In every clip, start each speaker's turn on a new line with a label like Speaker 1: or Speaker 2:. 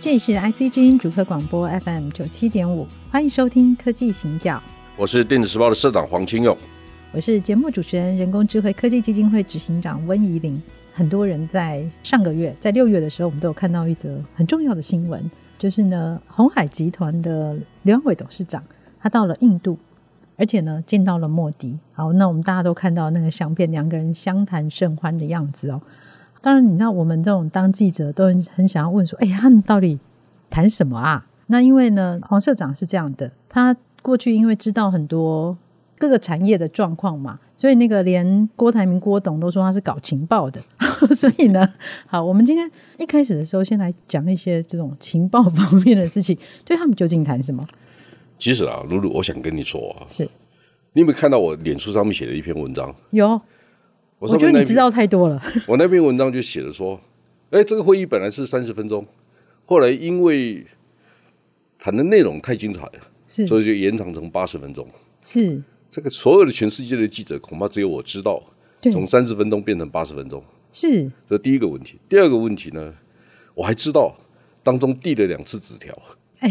Speaker 1: 这里是 IC 之音主客广播 FM 九七点五，欢迎收听《科技行脚》，
Speaker 2: 我是电子时报的社长黄清勇。
Speaker 1: 我是节目主持人、人工智慧科技基金会执行长温怡玲。很多人在上个月，在六月的时候，我们都有看到一则很重要的新闻，就是呢，红海集团的刘安伟董事长他到了印度，而且呢见到了莫迪。好，那我们大家都看到那个相片，两个人相谈甚欢的样子哦。当然，你知道我们这种当记者都很很想要问说，哎，他们到底谈什么啊？那因为呢，黄社长是这样的，他过去因为知道很多各个产业的状况嘛，所以那个连郭台铭郭董都说他是搞情报的， 所以呢，好，我们今天一开始的时候先来讲一些这种情报方面的事情，对他们究竟谈什么？
Speaker 2: 其实啊，露露，我想跟你说啊，
Speaker 1: 是
Speaker 2: 你有没有看到我脸书上面写的一篇文章？
Speaker 1: 有，
Speaker 2: 我
Speaker 1: 我
Speaker 2: 上
Speaker 1: 觉
Speaker 2: 面
Speaker 1: 得
Speaker 2: 那
Speaker 1: 你知道太多了，
Speaker 2: 篇，我那篇文章就写了说，哎，这个会议本来是三十分钟，后来因为谈的内容太精彩了，
Speaker 1: 是
Speaker 2: 所以就延长成八十分钟。
Speaker 1: 是，
Speaker 2: 这个所有的全世界的记者，恐怕只有我知道，
Speaker 1: 对，
Speaker 2: 从三十分钟变成八十分钟，
Speaker 1: 是
Speaker 2: 这第一个问题。第二个问题呢，我还知道当中递了两次纸条，
Speaker 1: 哎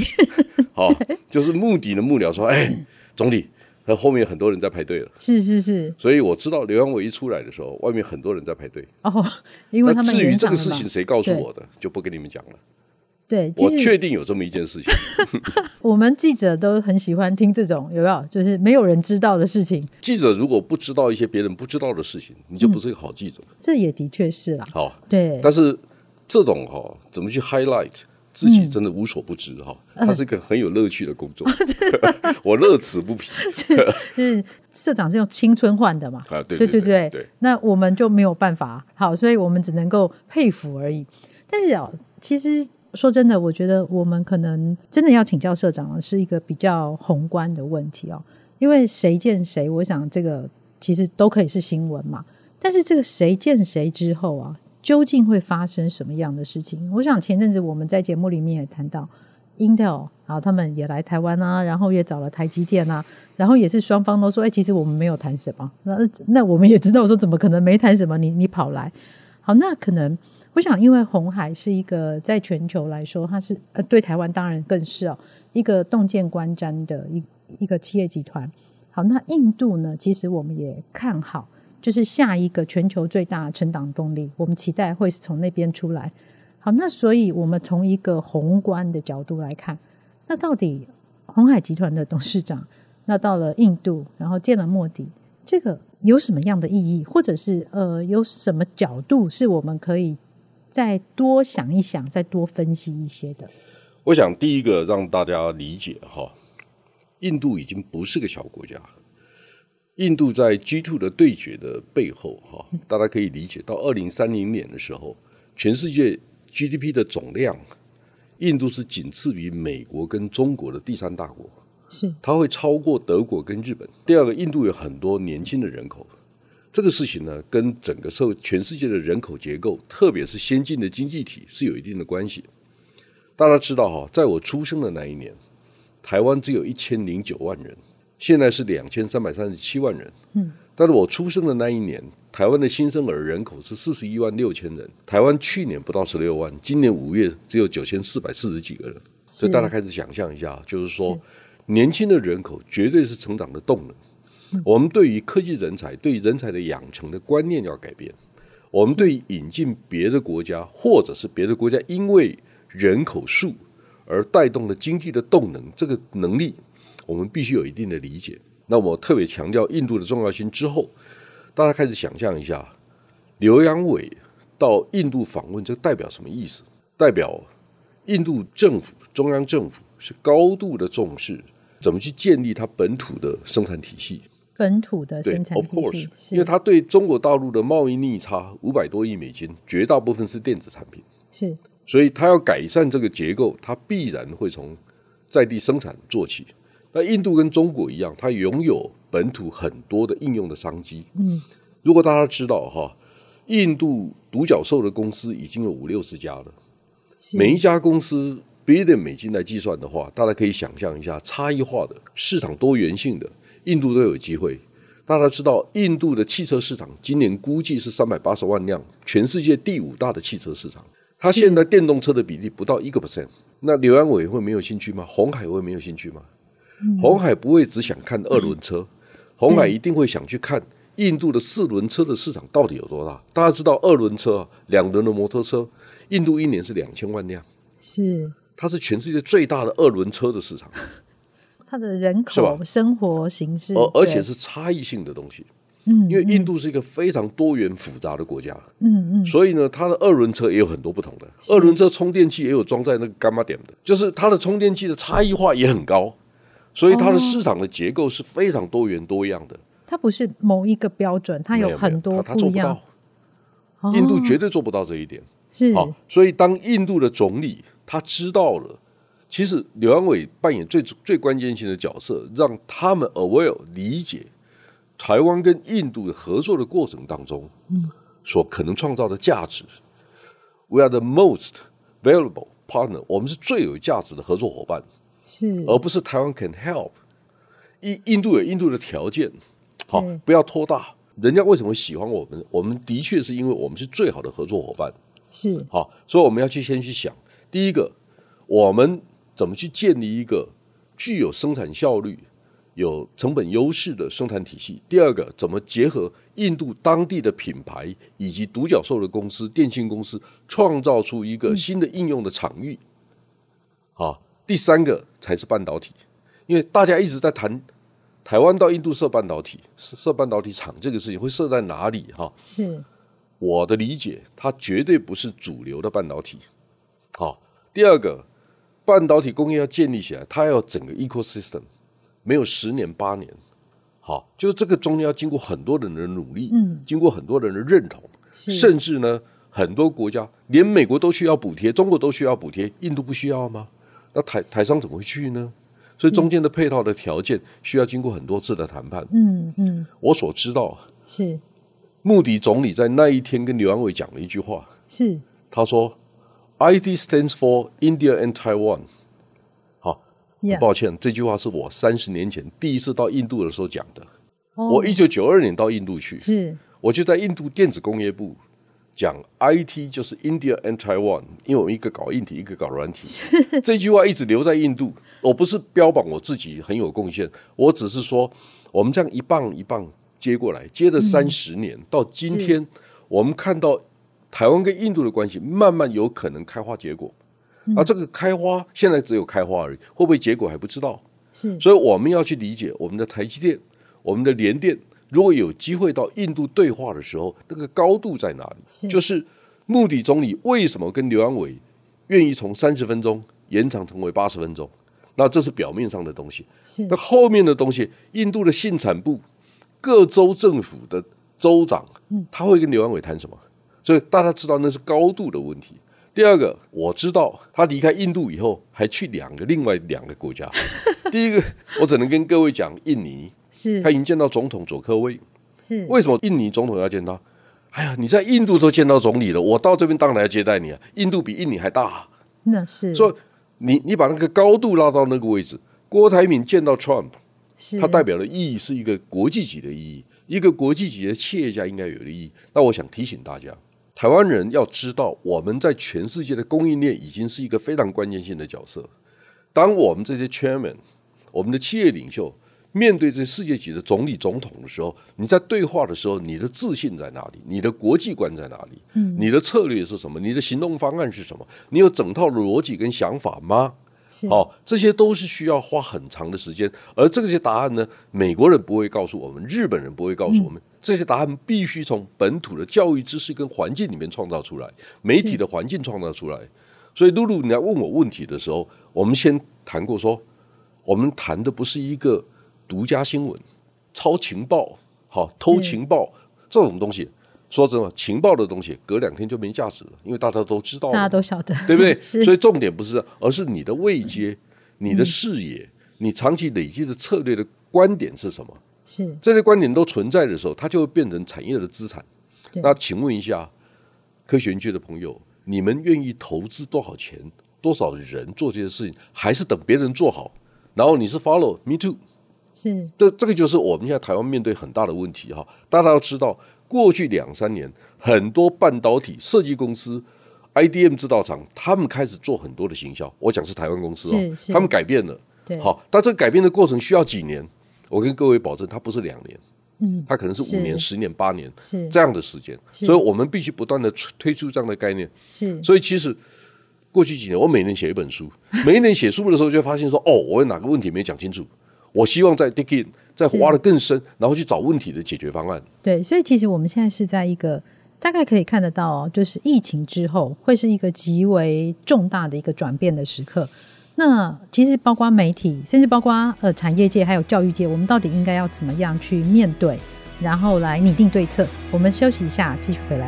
Speaker 2: 好、就是幕底的幕僚说，哎，总理，那后面有很多人在排队了。
Speaker 1: 是是是，
Speaker 2: 所以我知道刘阳伟一出来的时候，外面很多人在排队。
Speaker 1: 哦，因为他
Speaker 2: 那
Speaker 1: 们
Speaker 2: 至于
Speaker 1: 延
Speaker 2: 这
Speaker 1: 长
Speaker 2: 个
Speaker 1: 了
Speaker 2: 事
Speaker 1: 嘛
Speaker 2: 情谁告诉我的，就不跟你们讲了。
Speaker 1: 对，
Speaker 2: 我
Speaker 1: 其实
Speaker 2: 确定有这么一件事情，
Speaker 1: 我们记者都很喜欢听这种有没有？就是没有人知道的事情，
Speaker 2: 记者如果不知道一些别人不知道的事情，你就不是一个好记者。
Speaker 1: 这也的确是啦。
Speaker 2: 好，
Speaker 1: 对，
Speaker 2: 但是这种哈、怎么去 highlight 自己真的无所不知哈、它是一个很有乐嗯哦趣的工作， 我乐此不疲。
Speaker 1: 是社长是用青春换的嘛？
Speaker 2: 啊对
Speaker 1: 对
Speaker 2: 对
Speaker 1: 对
Speaker 2: 对对
Speaker 1: 那我们就没有办法，好，所以我们只能够佩服而已。但是哦，其实说真的，我觉得我们可能真的要请教社长了，啊是一个比较宏观的问题哦。因为谁见谁，我想这个其实都可以是新闻嘛。但是这个谁见谁之后啊，究竟会发生什么样的事情？我想前阵子我们在节目里面也谈到，Intel 啊，他们也来台湾啊，然后也找了台积电啊，然后也是双方都说，哎、其实我们没有谈什么。那那我们也知道说，怎么可能没谈什么？你你跑来，好，那可能我想，因为红海是一个在全球来说，它是呃对台湾当然更是哦一个洞见观瞻的一一个企业集团。好，那印度呢？其实我们也看好，就是下一个全球最大的成长动力，我们期待会是从那边出来。好，那所以我们从一个宏观的角度来看，那到底红海集团的董事长，那到了印度，然后见了莫迪，这个有什么样的意义，或者是呃有什么角度是我们可以再多想一想，再多分析一些的？
Speaker 2: 我想第一个让大家理解哈，印度已经不是个小国家。印度在 G two 的对决的背后哈，大家可以理解到二零三零年的时候，全世界 GDP 的总量，印度是仅次于美国跟中国的第三大国。
Speaker 1: 是
Speaker 2: 它会超过德国跟日本。第二个，印度有很多年轻的人口，这个事情呢，跟整个社会全世界的人口结构，特别是先进的经济体是有一定的关系。大家知道哈、在我出生的那一年，台湾只有一千零九万人，现在是两千三百三十七万人。嗯，但是我出生的那一年，台湾的新生儿人口是四十一万六千人。台湾去年不到十六万，今年五月只有九千四百四十几个人。所以大家开始想象一下，就是说年轻的人口绝对是成长的动能。我们对于科技人才、对人才的养成的观念要改变。我们对引进别的国家，或者是别的国家因为人口数而带动了经济的动能，这个能力我们必须有一定的理解。那我特别强调印度的重要性之后，大家开始想象一下，刘阳伟到印度访问，这代表什么意思？代表印度政府、中央政府是高度的重视怎么去建立它本土的生产体系，
Speaker 1: 本土的
Speaker 2: 对
Speaker 1: 生产
Speaker 2: ，of
Speaker 1: 体系
Speaker 2: course，，
Speaker 1: 是
Speaker 2: 因为它对中国大陆的贸易逆差五百多亿美金，绝大部分是电子产品，
Speaker 1: 是
Speaker 2: 所以它要改善这个结构，它必然会从在地生产做起。那印度跟中国一样，它拥有本土很多的应用的商机。
Speaker 1: 嗯，
Speaker 2: 如果大家知道哈，印度独角兽的公司已经有五六十家了，
Speaker 1: 是
Speaker 2: 每一家公司 billion 美金来计算的话，大家可以想象一下，差异化的市场多元性的，印度都有机会。大家知道，印度的汽车市场今年估计是三百八十万辆，全世界第五大的汽车市场。它现在电动车的比例不到一个 percent，那刘安伟会没有兴趣吗？红海会没有兴趣吗？红海不会只想看二轮车，红海一定会想去看印度的四轮车的市场到底有多大。大家知道，二轮车啊、两轮的摩托车，印度一年是两千万辆，
Speaker 1: 是
Speaker 2: 它是全世界最大的二轮车的市场，
Speaker 1: 它的人
Speaker 2: 是吧
Speaker 1: 口、生活形式，
Speaker 2: 而而且
Speaker 1: 对
Speaker 2: 是差异性的东西。
Speaker 1: 嗯，
Speaker 2: 因为印度是一个非常多元复杂的国家，
Speaker 1: 嗯嗯
Speaker 2: 所以呢，它的二轮车也有很多不同的。二轮车充电器也有装在那个伽马点的，就是它的充电器的差异化也很高，所以它
Speaker 1: 哦
Speaker 2: 的市场的结构是非常多元多样的。
Speaker 1: 它不是某一个标准，它
Speaker 2: 没
Speaker 1: 有
Speaker 2: 没
Speaker 1: 很多
Speaker 2: 他他做
Speaker 1: 一
Speaker 2: 不
Speaker 1: 样
Speaker 2: 到。，印度
Speaker 1: 哦
Speaker 2: 绝对做不到这一点。
Speaker 1: 是
Speaker 2: 好、所以当印度的总理他知道了，其实刘安伟扮演最最关键性的角色，让他们 aware 理解台湾跟印度的合作的过程当中，所可能创造的价值。We are the most valuable partner，我们是最有价值的合作伙伴。
Speaker 1: 是
Speaker 2: 而不是台湾 can help。印印度有印度的条件，好
Speaker 1: 嗯，
Speaker 2: 不要拖大。人家为什么喜欢我们？我们的确是因为我们是最好的合作伙伴，
Speaker 1: 是
Speaker 2: 好，所以我们要去先去想，第一个，我们怎么去建立一个具有生产效率、有成本优势的生产体系？第二个，怎么结合印度当地的品牌以及独角兽的公司、电信公司，创造出一个新的应用的场域？好，第三个才是半导体，因为大家一直在谈台湾到印度设半导体、设设半导体厂这个事情会设在哪里？哈，
Speaker 1: 是
Speaker 2: 我的理解，它绝对不是主流的半导体。好、第二个，半导体工业要建立起来，它要整个 ecosystem，没有十年八年。好、就是这个中间要经过很多人的努力，
Speaker 1: 嗯，
Speaker 2: 经过很多人的认同，
Speaker 1: 是
Speaker 2: 甚至呢，很多国家连美国都需要补贴，中国都需要补贴，印度不需要吗？那台台商怎么会去呢？所以中间的配套的条件需要经过很多次的谈判。
Speaker 1: 嗯嗯
Speaker 2: 我所知道，
Speaker 1: 是
Speaker 2: 穆迪总理在那一天跟刘安伟讲了一句话，
Speaker 1: 是
Speaker 2: 他说，ID stands for India and Taiwan。好，很
Speaker 1: Yeah
Speaker 2: 抱歉，这句话是我三十年前第一次到印度的时候讲的。
Speaker 1: 哦
Speaker 2: 我一九九二年到印度去，
Speaker 1: 是
Speaker 2: 我就在印度电子工业部讲 IT 就是 India and Taiwan，因为我们一个搞硬体，一个搞软体。这句话一直留在印度。我不是标榜我自己很有贡献，我只是说我们这样一棒一棒接过来，接了三十年，到今天我们看到台湾跟印度的关系慢慢有可能开花结果。啊，这个开花现在只有开花而已，会不会结果还不知道。
Speaker 1: 是
Speaker 2: 所以我们要去理解我们的台积电、我们的联电，如果有机会到印度对话的时候，那个高度在哪里？
Speaker 1: 是
Speaker 2: 就是穆迪总理为什么跟刘安伟愿意从三十分钟延长成为八十分钟？那这是表面上的东西，
Speaker 1: 是
Speaker 2: 那后面的东西，印度的信产部、各州政府的州长，他会跟刘安伟谈什么？所以大家知道那是高度的问题。第二个，我知道他离开印度以后，还去两个另外两个国家。第一个，我只能跟各位讲，印尼
Speaker 1: 是
Speaker 2: 他已经见到总统佐科威。
Speaker 1: 是
Speaker 2: 为什么印尼总统要见他？哎呀，你在印度都见到总理了，我到这边当然要接待你啊。印度比印尼还大、啊，
Speaker 1: 那是
Speaker 2: 所以你你把那个高度拉到那个位置。郭台铭见到 Trump，
Speaker 1: 是
Speaker 2: 它代表的意义是一个国际级的意义，一个国际级的企业家应该有的意义。那我想提醒大家，台湾人要知道，我们在全世界的供应链已经是一个非常关键性的角色。当我们这些 chairman，我们的企业领袖面对这世界级的总理、总统的时候，你在对话的时候，你的自信在哪里？你的国际观在哪里？你的策略是什么？你的行动方案是什么？你有整套的逻辑跟想法吗？
Speaker 1: 是
Speaker 2: 好、这些都是需要花很长的时间，而这些答案呢，美国人不会告诉我们，日本人不会告
Speaker 1: 嗯
Speaker 2: 诉我们，这些答案必须从本土的教育知识跟环境里面创造出来，媒体的环境创造出来。所以，露露，你来问我问题的时候，我们先谈过说，我们谈的不是一个独家新闻，抄情报、好偷情报这种东西，说真的，情报的东西隔两天就没价值了，因为大家都知道了
Speaker 1: 大家都晓得，
Speaker 2: 对不对？
Speaker 1: 是，嗯
Speaker 2: 所以重点不是这样，而是你的位阶、你的视野、你长期累积的策略的观点是什么？
Speaker 1: 是
Speaker 2: 这些观点都存在的时候，它就会变成产业的资产。
Speaker 1: 对
Speaker 2: 那请问一下，科学园区的朋友，你们愿意投资多少钱、多少人做这些事情，还是等别人做好，然后你是 follow me too？
Speaker 1: 是
Speaker 2: 这这个就是我们现在台湾面对很大的问题哈。大家要知道，过去两三年，很多半导体设计公司、IDM 制造厂，他们开始做很多的行销。我讲是台湾公司哦
Speaker 1: 是，是
Speaker 2: 他们改变了。
Speaker 1: 对，，
Speaker 2: 好，但这个改变的过程需要几年？我跟各位保证，它不是两年，
Speaker 1: 嗯，
Speaker 2: 它可能是五年、
Speaker 1: 是
Speaker 2: 十年、八年
Speaker 1: 是
Speaker 2: 这样的时间。
Speaker 1: 是
Speaker 2: 所以我们必须不断的推出这样的概念。
Speaker 1: 是
Speaker 2: 所以其实过去几年，我每年写一本书， 每一年写书的时候，就会发现说，哦，我有哪个问题没讲清楚，我希望再 dig in，再
Speaker 1: 是
Speaker 2: 挖得更深，然后去找问题的解决方案。
Speaker 1: 对，所以其实我们现在是在一个大概可以看得到哦，就是疫情之后会是一个极为重大的一个转变的时刻。那其实包括媒体，甚至包括呃产业界还有教育界，我们到底应该要怎么样去面对，然后来拟定对策？我们休息一下，继续回来。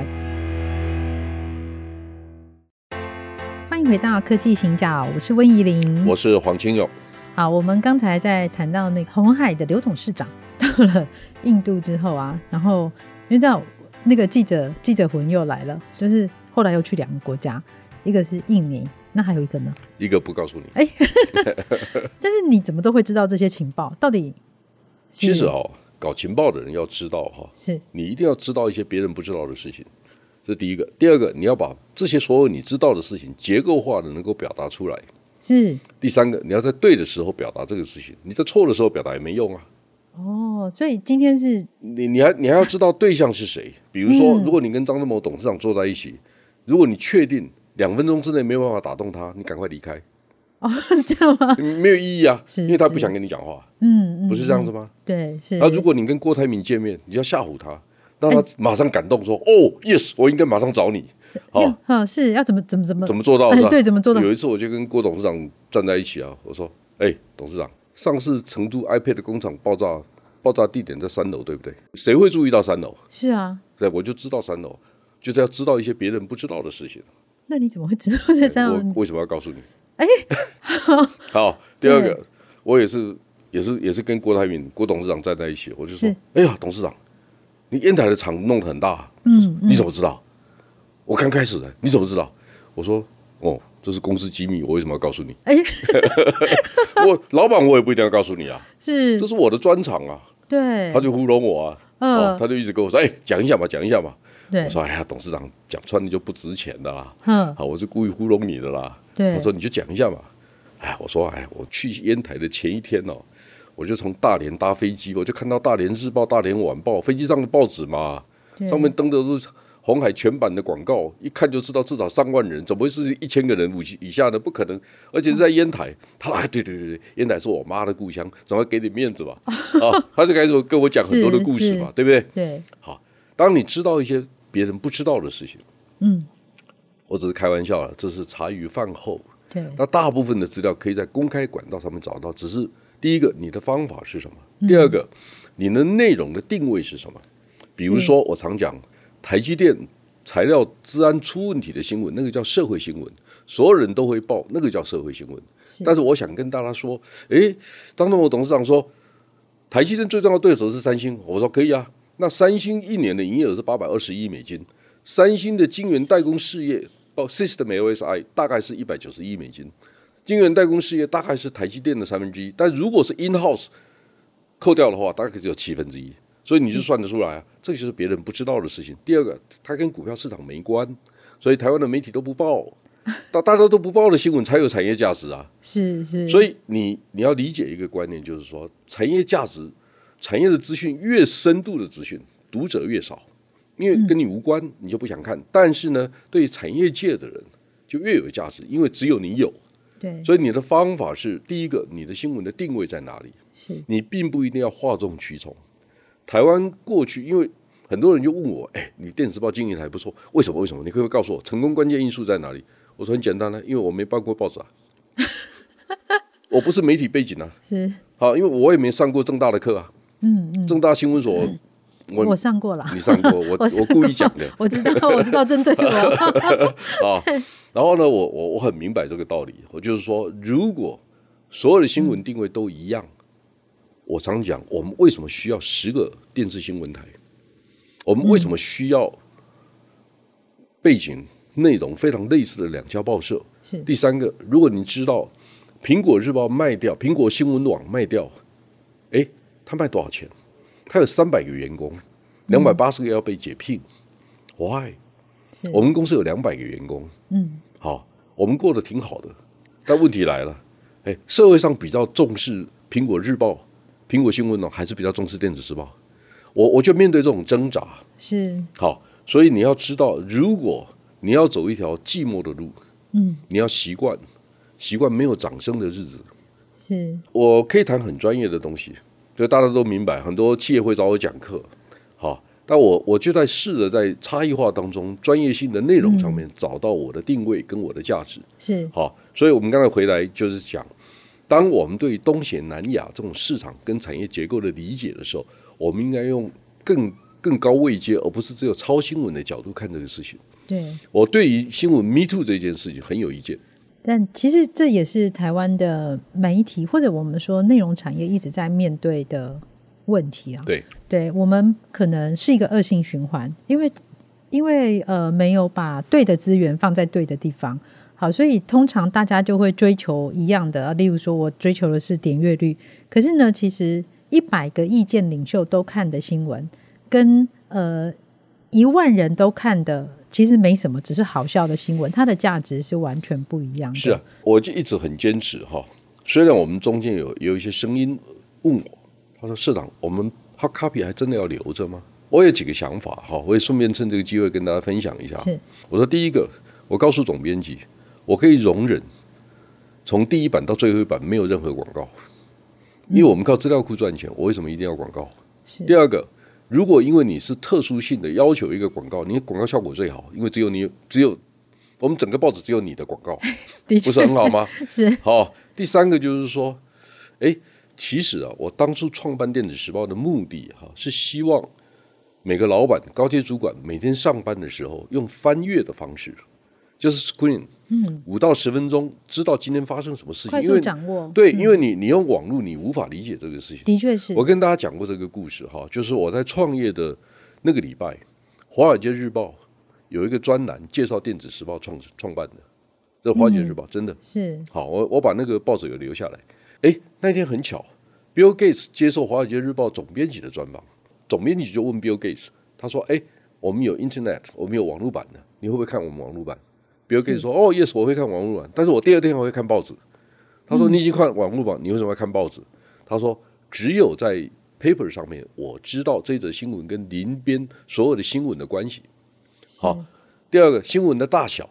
Speaker 1: 欢迎回到科技行脚，我是温怡玲，
Speaker 2: 我是黄清勇，
Speaker 1: 好，我们刚才在谈到那个红海的刘董事长到了印度之后啊，然后因为这样那个记者记者魂又来了，就是后来又去两个国家，一个是印尼，那还有一个呢？哎
Speaker 2: 一个不告诉你。
Speaker 1: 但是你怎么都会知道这些情报？到 底是
Speaker 2: 其实哦，搞情报的人要知道哈、
Speaker 1: 是
Speaker 2: 你一定要知道一些别人不知道的事情，这第一个。第二个，你要把这些所有你知道的事情结构化的能够表达出来。
Speaker 1: 是
Speaker 2: 第三个，你要在对的时候表达这个事情，你在错的时候表达也没用啊。
Speaker 1: 哦，所以今天是
Speaker 2: 你你还你还要知道对象是谁。比如
Speaker 1: 嗯
Speaker 2: 说，如果你跟张忠谋董事长坐在一起，如果你确定两分钟之内没有办法打动他，你赶快离开，
Speaker 1: 哦这样 吗？
Speaker 2: 没有意义啊，
Speaker 1: 是
Speaker 2: 因为他不
Speaker 1: 是
Speaker 2: 想跟你讲话，
Speaker 1: 嗯嗯，
Speaker 2: 不是这样子吗？
Speaker 1: 对是。
Speaker 2: 啊
Speaker 1: 哎
Speaker 2: 那如果你跟郭台铭见面，你要吓唬他，让他马上感动，说：“哦，yes，我应该马上找你。”
Speaker 1: 要
Speaker 2: 哦，
Speaker 1: 哦是要怎么怎么怎么
Speaker 2: 怎么做到的？
Speaker 1: 哎对怎么做到
Speaker 2: 有一次我就跟郭董事长站在一起啊，我说：“哎，董事长，上次成都 iPad 的工厂爆炸，爆炸地点在三楼，对不对？谁会注意到三楼？
Speaker 1: 是啊？
Speaker 2: 对，我就知道三楼，就是要知道一些别人不知道的事情。
Speaker 1: 那你怎么会知道这三
Speaker 2: 我
Speaker 1: 种？
Speaker 2: 为什么要告诉你？哎， 好，第二个，我也是，也是，也是跟郭台铭郭董事长站在一起，我就说
Speaker 1: 是，
Speaker 2: 哎呀，董事长，你烟台的厂弄得很大，嗯，你怎么知道？我刚开始的，你怎么知道？我说，哦，这是公司机密，我为什么要告诉你？
Speaker 1: 哎，
Speaker 2: 我老板我也不一定要告诉你啊，
Speaker 1: 是
Speaker 2: 这是我的专长啊，
Speaker 1: 对
Speaker 2: 他，就糊弄我啊，
Speaker 1: 嗯
Speaker 2: 哦，他就一直跟我说，哎，讲一下嘛，讲一下嘛。
Speaker 1: 对
Speaker 2: 我，说，哎呀，董事长讲穿了就不值钱的啦。
Speaker 1: 嗯，
Speaker 2: 好，我是故意糊弄你的啦。
Speaker 1: 对
Speaker 2: 我说你就讲一下嘛。哎，我说哎，我去烟台的前一天哦，我就从大连搭飞机，我就看到《大连日报》《大连晚报》飞机上的报纸嘛，
Speaker 1: 对
Speaker 2: 上面登的都是红海全版的广告，一看就知道至少上万人，怎么会是一千个人五以下呢？不可能，而且是在烟台。他说哎，对对对对，烟台是我妈的故乡，总要给点面子 吧。啊，他就开始跟我讲很多的
Speaker 1: 是
Speaker 2: 故事
Speaker 1: 是
Speaker 2: 嘛，对不对？
Speaker 1: 对，
Speaker 2: 好，当你知道一些别人不知道的事情，
Speaker 1: 嗯，
Speaker 2: 我只是开玩笑了，这是茶余饭后。
Speaker 1: 对，
Speaker 2: 那大部分的资料可以在公开管道上面找到，只是第一个，你的方法是什么？第二个，你的内容的定位是什么？比如说，我常讲台积电材料治安出问题的新闻，那个叫社会新闻，所有人都会报，那个叫社会新闻。
Speaker 1: 是
Speaker 2: 但是我想跟大家说，诶，张忠谋董事长说，台积电最重要的对手是三星，我说可以啊。那三星一年的营业额是八百二十亿美金，三星的晶圆代工事业哦，System LSI 大概是一百九十亿美金，晶圆代工事业大概是台积电的三分之一，但如果是 in house 扣掉的话，大概只有七分之一，所以你就算得出来啊，这就是别人不知道的事情。第二个，它跟股票市场没关，所以台湾的媒体都不报，大大家都不报的新闻才有产业价值啊。
Speaker 1: 是是，
Speaker 2: 所
Speaker 1: 以
Speaker 2: 以你你要理解一个观念，就是说产业价值、产业的资讯越深度的资讯，读者越少，因为跟你无关，你就不想看。但是呢，对于产业界的人就越有价值，因为只有你有。
Speaker 1: 对，
Speaker 2: 所以你的方法是：第一个，你的新闻的定位在哪里？
Speaker 1: 是
Speaker 2: 你并不一定要哗众取宠。台湾过去，因为很多人就问我，哎，你电子报经营得还不错，为什么？为什么？你可不可以告诉我成功关键因素在哪里？我说很简单呢、因为我没办过报纸啊， 我不是媒体背景啊，
Speaker 1: 是
Speaker 2: 好，因为我也没上过正大的课啊，
Speaker 1: 嗯嗯，
Speaker 2: 正大新闻所，
Speaker 1: 我上过了，
Speaker 2: 你上过，我
Speaker 1: 我上
Speaker 2: 我故意讲的
Speaker 1: 过我知道，我知道，针对 我，
Speaker 2: 啊。然后呢，我我我很明白这个道理，我就是说，如果所有的新闻定位都一样，我常讲，我们为什么需要十个电视新闻台？我们为什么需要背景内容非常类似的两家报社？
Speaker 1: 是
Speaker 2: 第三个，如果你知道苹果日报卖掉，苹果新闻网卖掉，诶，他卖多少钱？他有三百个员工，
Speaker 1: 嗯
Speaker 2: 两百八十个要被解聘。Why？
Speaker 1: 是
Speaker 2: 我们公司有两百个员工，
Speaker 1: 嗯，
Speaker 2: 好，我们过得挺好的。但问题来了，诶，社会上比较重视苹果日报、苹果新闻网，还是比较重视电子时报？我我就面对这种挣扎，
Speaker 1: 是
Speaker 2: 好，所以你要知道，如果你要走一条寂寞的路，
Speaker 1: 嗯，
Speaker 2: 你要习惯习惯没有掌声的日子。
Speaker 1: 是
Speaker 2: 我可以谈很专业的东西，就大家都明白，很多企业会找我讲课，好，但我我就在试着在差异化当中，专业性的内容上面找到我的定位跟我的价值。
Speaker 1: 是
Speaker 2: 好，所以我们刚才回来就是讲，当我们对东协、南亚这种市场跟产业结构的理解的时候，我们应该用更更高位阶，而不是只有抄新闻的角度看这个事情。
Speaker 1: 对。
Speaker 2: 我对于新闻 Me Too 这件事情很有意见，
Speaker 1: 但其实这也是台湾的媒体或者我们说内容产业一直在面对的问题啊。
Speaker 2: 对
Speaker 1: 对我们可能是一个恶性循环，因为因为呃没有把对的资源放在对的地方，好，所以通常大家就会追求一样的，啊例如说我追求的是点阅率，可是呢，其实一百个意见领袖都看的新闻，跟呃一万人都看的其实没什么，只是好笑的新闻，它的价值是完全不一样的。
Speaker 2: 是啊，，我就一直很坚持哈。虽然我们中间有有一些声音问我，他说社长，我们 hard copy 还真的要留着吗？我有几个想法哈，我也顺便趁这个机会跟大家分享一下。
Speaker 1: 是
Speaker 2: 我说第一个，我告诉总编辑，我可以容忍从第一版到最后一版没有任何广告，因为我们靠资料库赚钱，我为什么一定要广告？第
Speaker 1: 是
Speaker 2: 二个，如果因为你是特殊性的要求一个广告，你的广告效果最好，因为只有你只有我们整个报纸只有你的广告，
Speaker 1: 的
Speaker 2: 不
Speaker 1: 确
Speaker 2: 是很好吗？
Speaker 1: 是
Speaker 2: 好、第三个就是说，哎，其实啊，我当初创办电子时报的目的哈、是希望每个老板、高阶主管每天上班的时候用翻阅的方式，就是 screen，嗯，五到十分钟，知道今天发生什么事情，
Speaker 1: 快
Speaker 2: 因为
Speaker 1: 速掌握，
Speaker 2: 对，因为你你用网络你无法理解这个事情。
Speaker 1: 的确是
Speaker 2: 我跟大家讲过这个故事哈，就是我在创业的那个礼拜，《华尔街日报》有一个专栏介绍电子时报创创办的，这《华尔街日
Speaker 1: 嗯
Speaker 2: 报》真的
Speaker 1: 是
Speaker 2: 好，我我把那个报纸有留下来。诶，那天很巧，Bill Gates 接受《华尔街日报》总编辑的专访，总编辑就问 Bill Gates，他说：“诶，我们有 Internet，我们有网络版的，你会不会看我们网络版？”Bill Gates 说：“哦，Yes，我会看网络版，但是我第二天我会看报纸。”他说：“你已经看网络版，你为什么要看报纸？”他说：“只有在 paper 上面，我知道这则新闻跟邻边所有的新闻的关系。”好，第二个新闻的大小，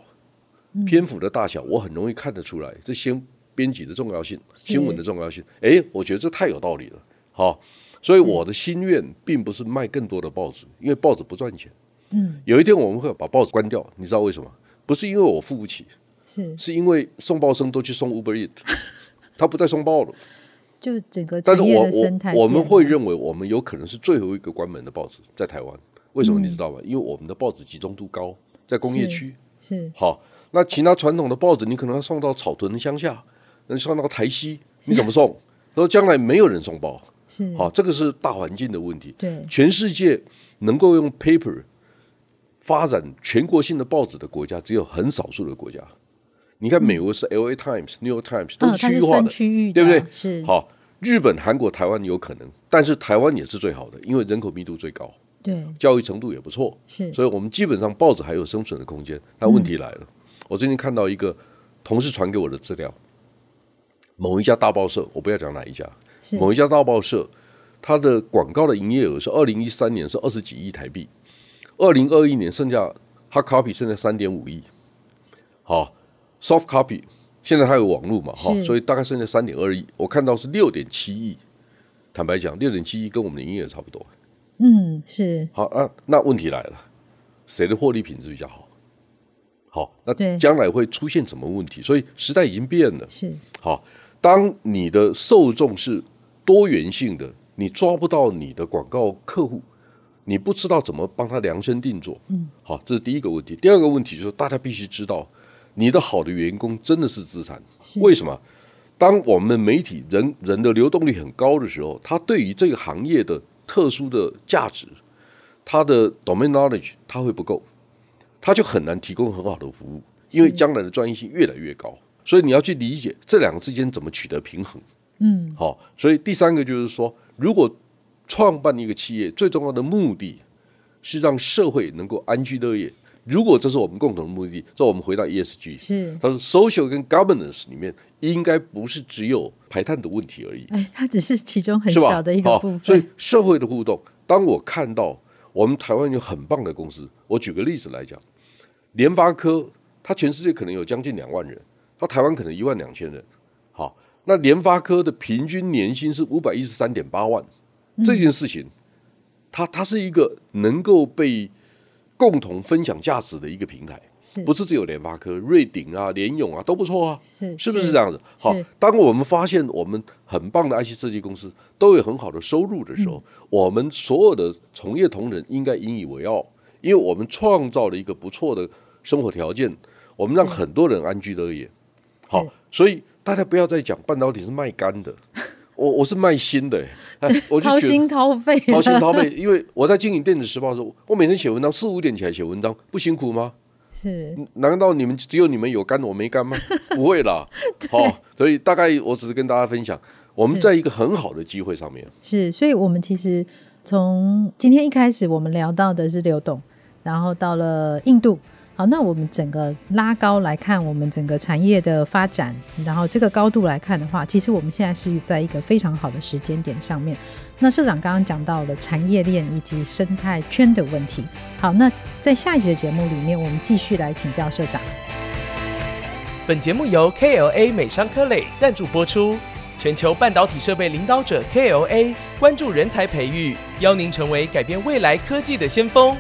Speaker 1: 嗯
Speaker 2: 篇幅的大小，我很容易看得出来，这先编辑的重要性，新闻的重要性。诶，我觉得这太有道理了。好，所以
Speaker 1: 嗯
Speaker 2: 我的心愿并不是卖更多的报纸，因为报纸不赚钱。
Speaker 1: 嗯，
Speaker 2: 有一天我们会把报纸关掉，你知道为什么？不是因为我付不起，
Speaker 1: 是，
Speaker 2: 是因为送报生都去送 Uber Eat，他不再送报了。
Speaker 1: 就整个
Speaker 2: 但是
Speaker 1: 产业
Speaker 2: 我
Speaker 1: 的生态
Speaker 2: 我我们
Speaker 1: 变
Speaker 2: 会
Speaker 1: 了
Speaker 2: 认为我们有可能是最后一个关门的报纸在台湾，为什么你知道吗？
Speaker 1: 嗯
Speaker 2: 因为我们的报纸集中度高，在工
Speaker 1: 是
Speaker 2: 业区。
Speaker 1: 是
Speaker 2: 好，那其他传统的报纸，你可能要送到草屯乡下，能送到台西，你怎么送？然后将来没有人送报，
Speaker 1: 是
Speaker 2: 好，这个是大环境的问题。
Speaker 1: 对
Speaker 2: 全世界能够用 paper 发展全国性的报纸的国家，只有很少数的国家。你看，美国是 L A Times、New York Times 都
Speaker 1: 嗯，
Speaker 2: 是
Speaker 1: 它
Speaker 2: 区域
Speaker 1: 是
Speaker 2: 化
Speaker 1: 分
Speaker 2: 的，
Speaker 1: 区域的，
Speaker 2: 对不对？
Speaker 1: 是，
Speaker 2: 好，日本、韩国、台湾有可能，但是台湾也是最好的，因为人口密度最高，
Speaker 1: 对，
Speaker 2: 教育程度也不错，
Speaker 1: 是
Speaker 2: 所以我们基本上报纸还有生存的空间。那问题来了，我最近看到一个同事传给我的资料，某一家大报社，我不要讲哪一家，
Speaker 1: 是
Speaker 2: 某一家大报社，它的广告的营业额是二零一三年是二十几亿台币，二零二一年剩下 hard copy 剩下三点五亿，好，soft copy 现在还有网络嘛，哈，
Speaker 1: 是
Speaker 2: 所以大概剩下三点二亿，我看到是六点七亿。坦白讲，六点七亿跟我们的营业额差不多。
Speaker 1: 嗯是
Speaker 2: 好啊，那问题来了，谁的获利品质比较好？好，那
Speaker 1: 对
Speaker 2: 将来会出现什么问题？所以时代已经变了。
Speaker 1: 是
Speaker 2: 好，当你的受众是多元性的、你抓不到你的广告客户，你不知道怎么帮他量身定做。嗯，好，这是第一个问题。第二个问题就是大家必须知道，你的好的员工真的是资产。
Speaker 1: 是
Speaker 2: 为什么？当我们媒体人人的流动率很高的时候，他对于这个行业的特殊的价值，他的 domain knowledge 他会不够，他就很难提供很好的服务，因为将来的专业性越来越高。所以你要去理解这两个之间怎么取得平衡。
Speaker 1: 嗯，
Speaker 2: 好、所以第三个就是说，如果创办一个企业最重要的目的是让社会能够安居乐业，如果这是我们共同的目的，这我们回到 E ESG
Speaker 1: 是，
Speaker 2: 他说，social 跟 governance 里面应该不是只有排碳的问题而已，
Speaker 1: 哎，它只是其中很
Speaker 2: 是吧？
Speaker 1: 小的一个
Speaker 2: 好
Speaker 1: 部分，
Speaker 2: 所以社会的互动，当我看到我们台湾有很棒的公司，我举个例子来讲，联发科，它全世界可能有将近两万人，它台湾可能一万两千人。好，那联发科的平均年薪是五百一十三点八万，
Speaker 1: 嗯
Speaker 2: 这件事情，它它是一个能够被共同分享价值的一个平台。
Speaker 1: 是
Speaker 2: 不是只有联发科、瑞鼎啊、联咏啊都不错啊，
Speaker 1: 是
Speaker 2: 是不是这？样子？好
Speaker 1: 是，
Speaker 2: 当我们发现我们很棒的 IC 设计公司都有很好的收入的时候，
Speaker 1: 嗯
Speaker 2: 我们所有的从业同仁应该引以为傲，因为我们创造了一个不错的生活条件，我们让很多人安居乐业。好
Speaker 1: 是，
Speaker 2: 所以大家不要再讲半导体是卖干的，我我是卖心的、 哎，我就
Speaker 1: 掏
Speaker 2: 觉得。
Speaker 1: 心掏肺，
Speaker 2: 掏心掏肺，因为我在经营电子时报的时候，我每天写文章，四五点起来写文章，不辛苦吗？
Speaker 1: 是
Speaker 2: 难道你们只有你们有肝，我没肝吗？不会啦，好、所以大概我只是跟大家分享，我们
Speaker 1: 是
Speaker 2: 在一个很好的机会上面，
Speaker 1: 是，所以我们其实从今天一开始，我们聊到的是刘董，然后到了印度。好，那我们整个拉高来看，我们整个产业的发展，然后这个高度来看的话，其实我们现在是在一个非常好的时间点上面。那社长刚刚讲到了产业链以及生态圈的问题。好，那在下一集的节目里面，我们继续来请教社长。
Speaker 3: 本节目由 KLA 美商科磊赞助播出。全球半导体设备领导者 KLA 关注人才培育，邀您成为改变未来科技的先锋。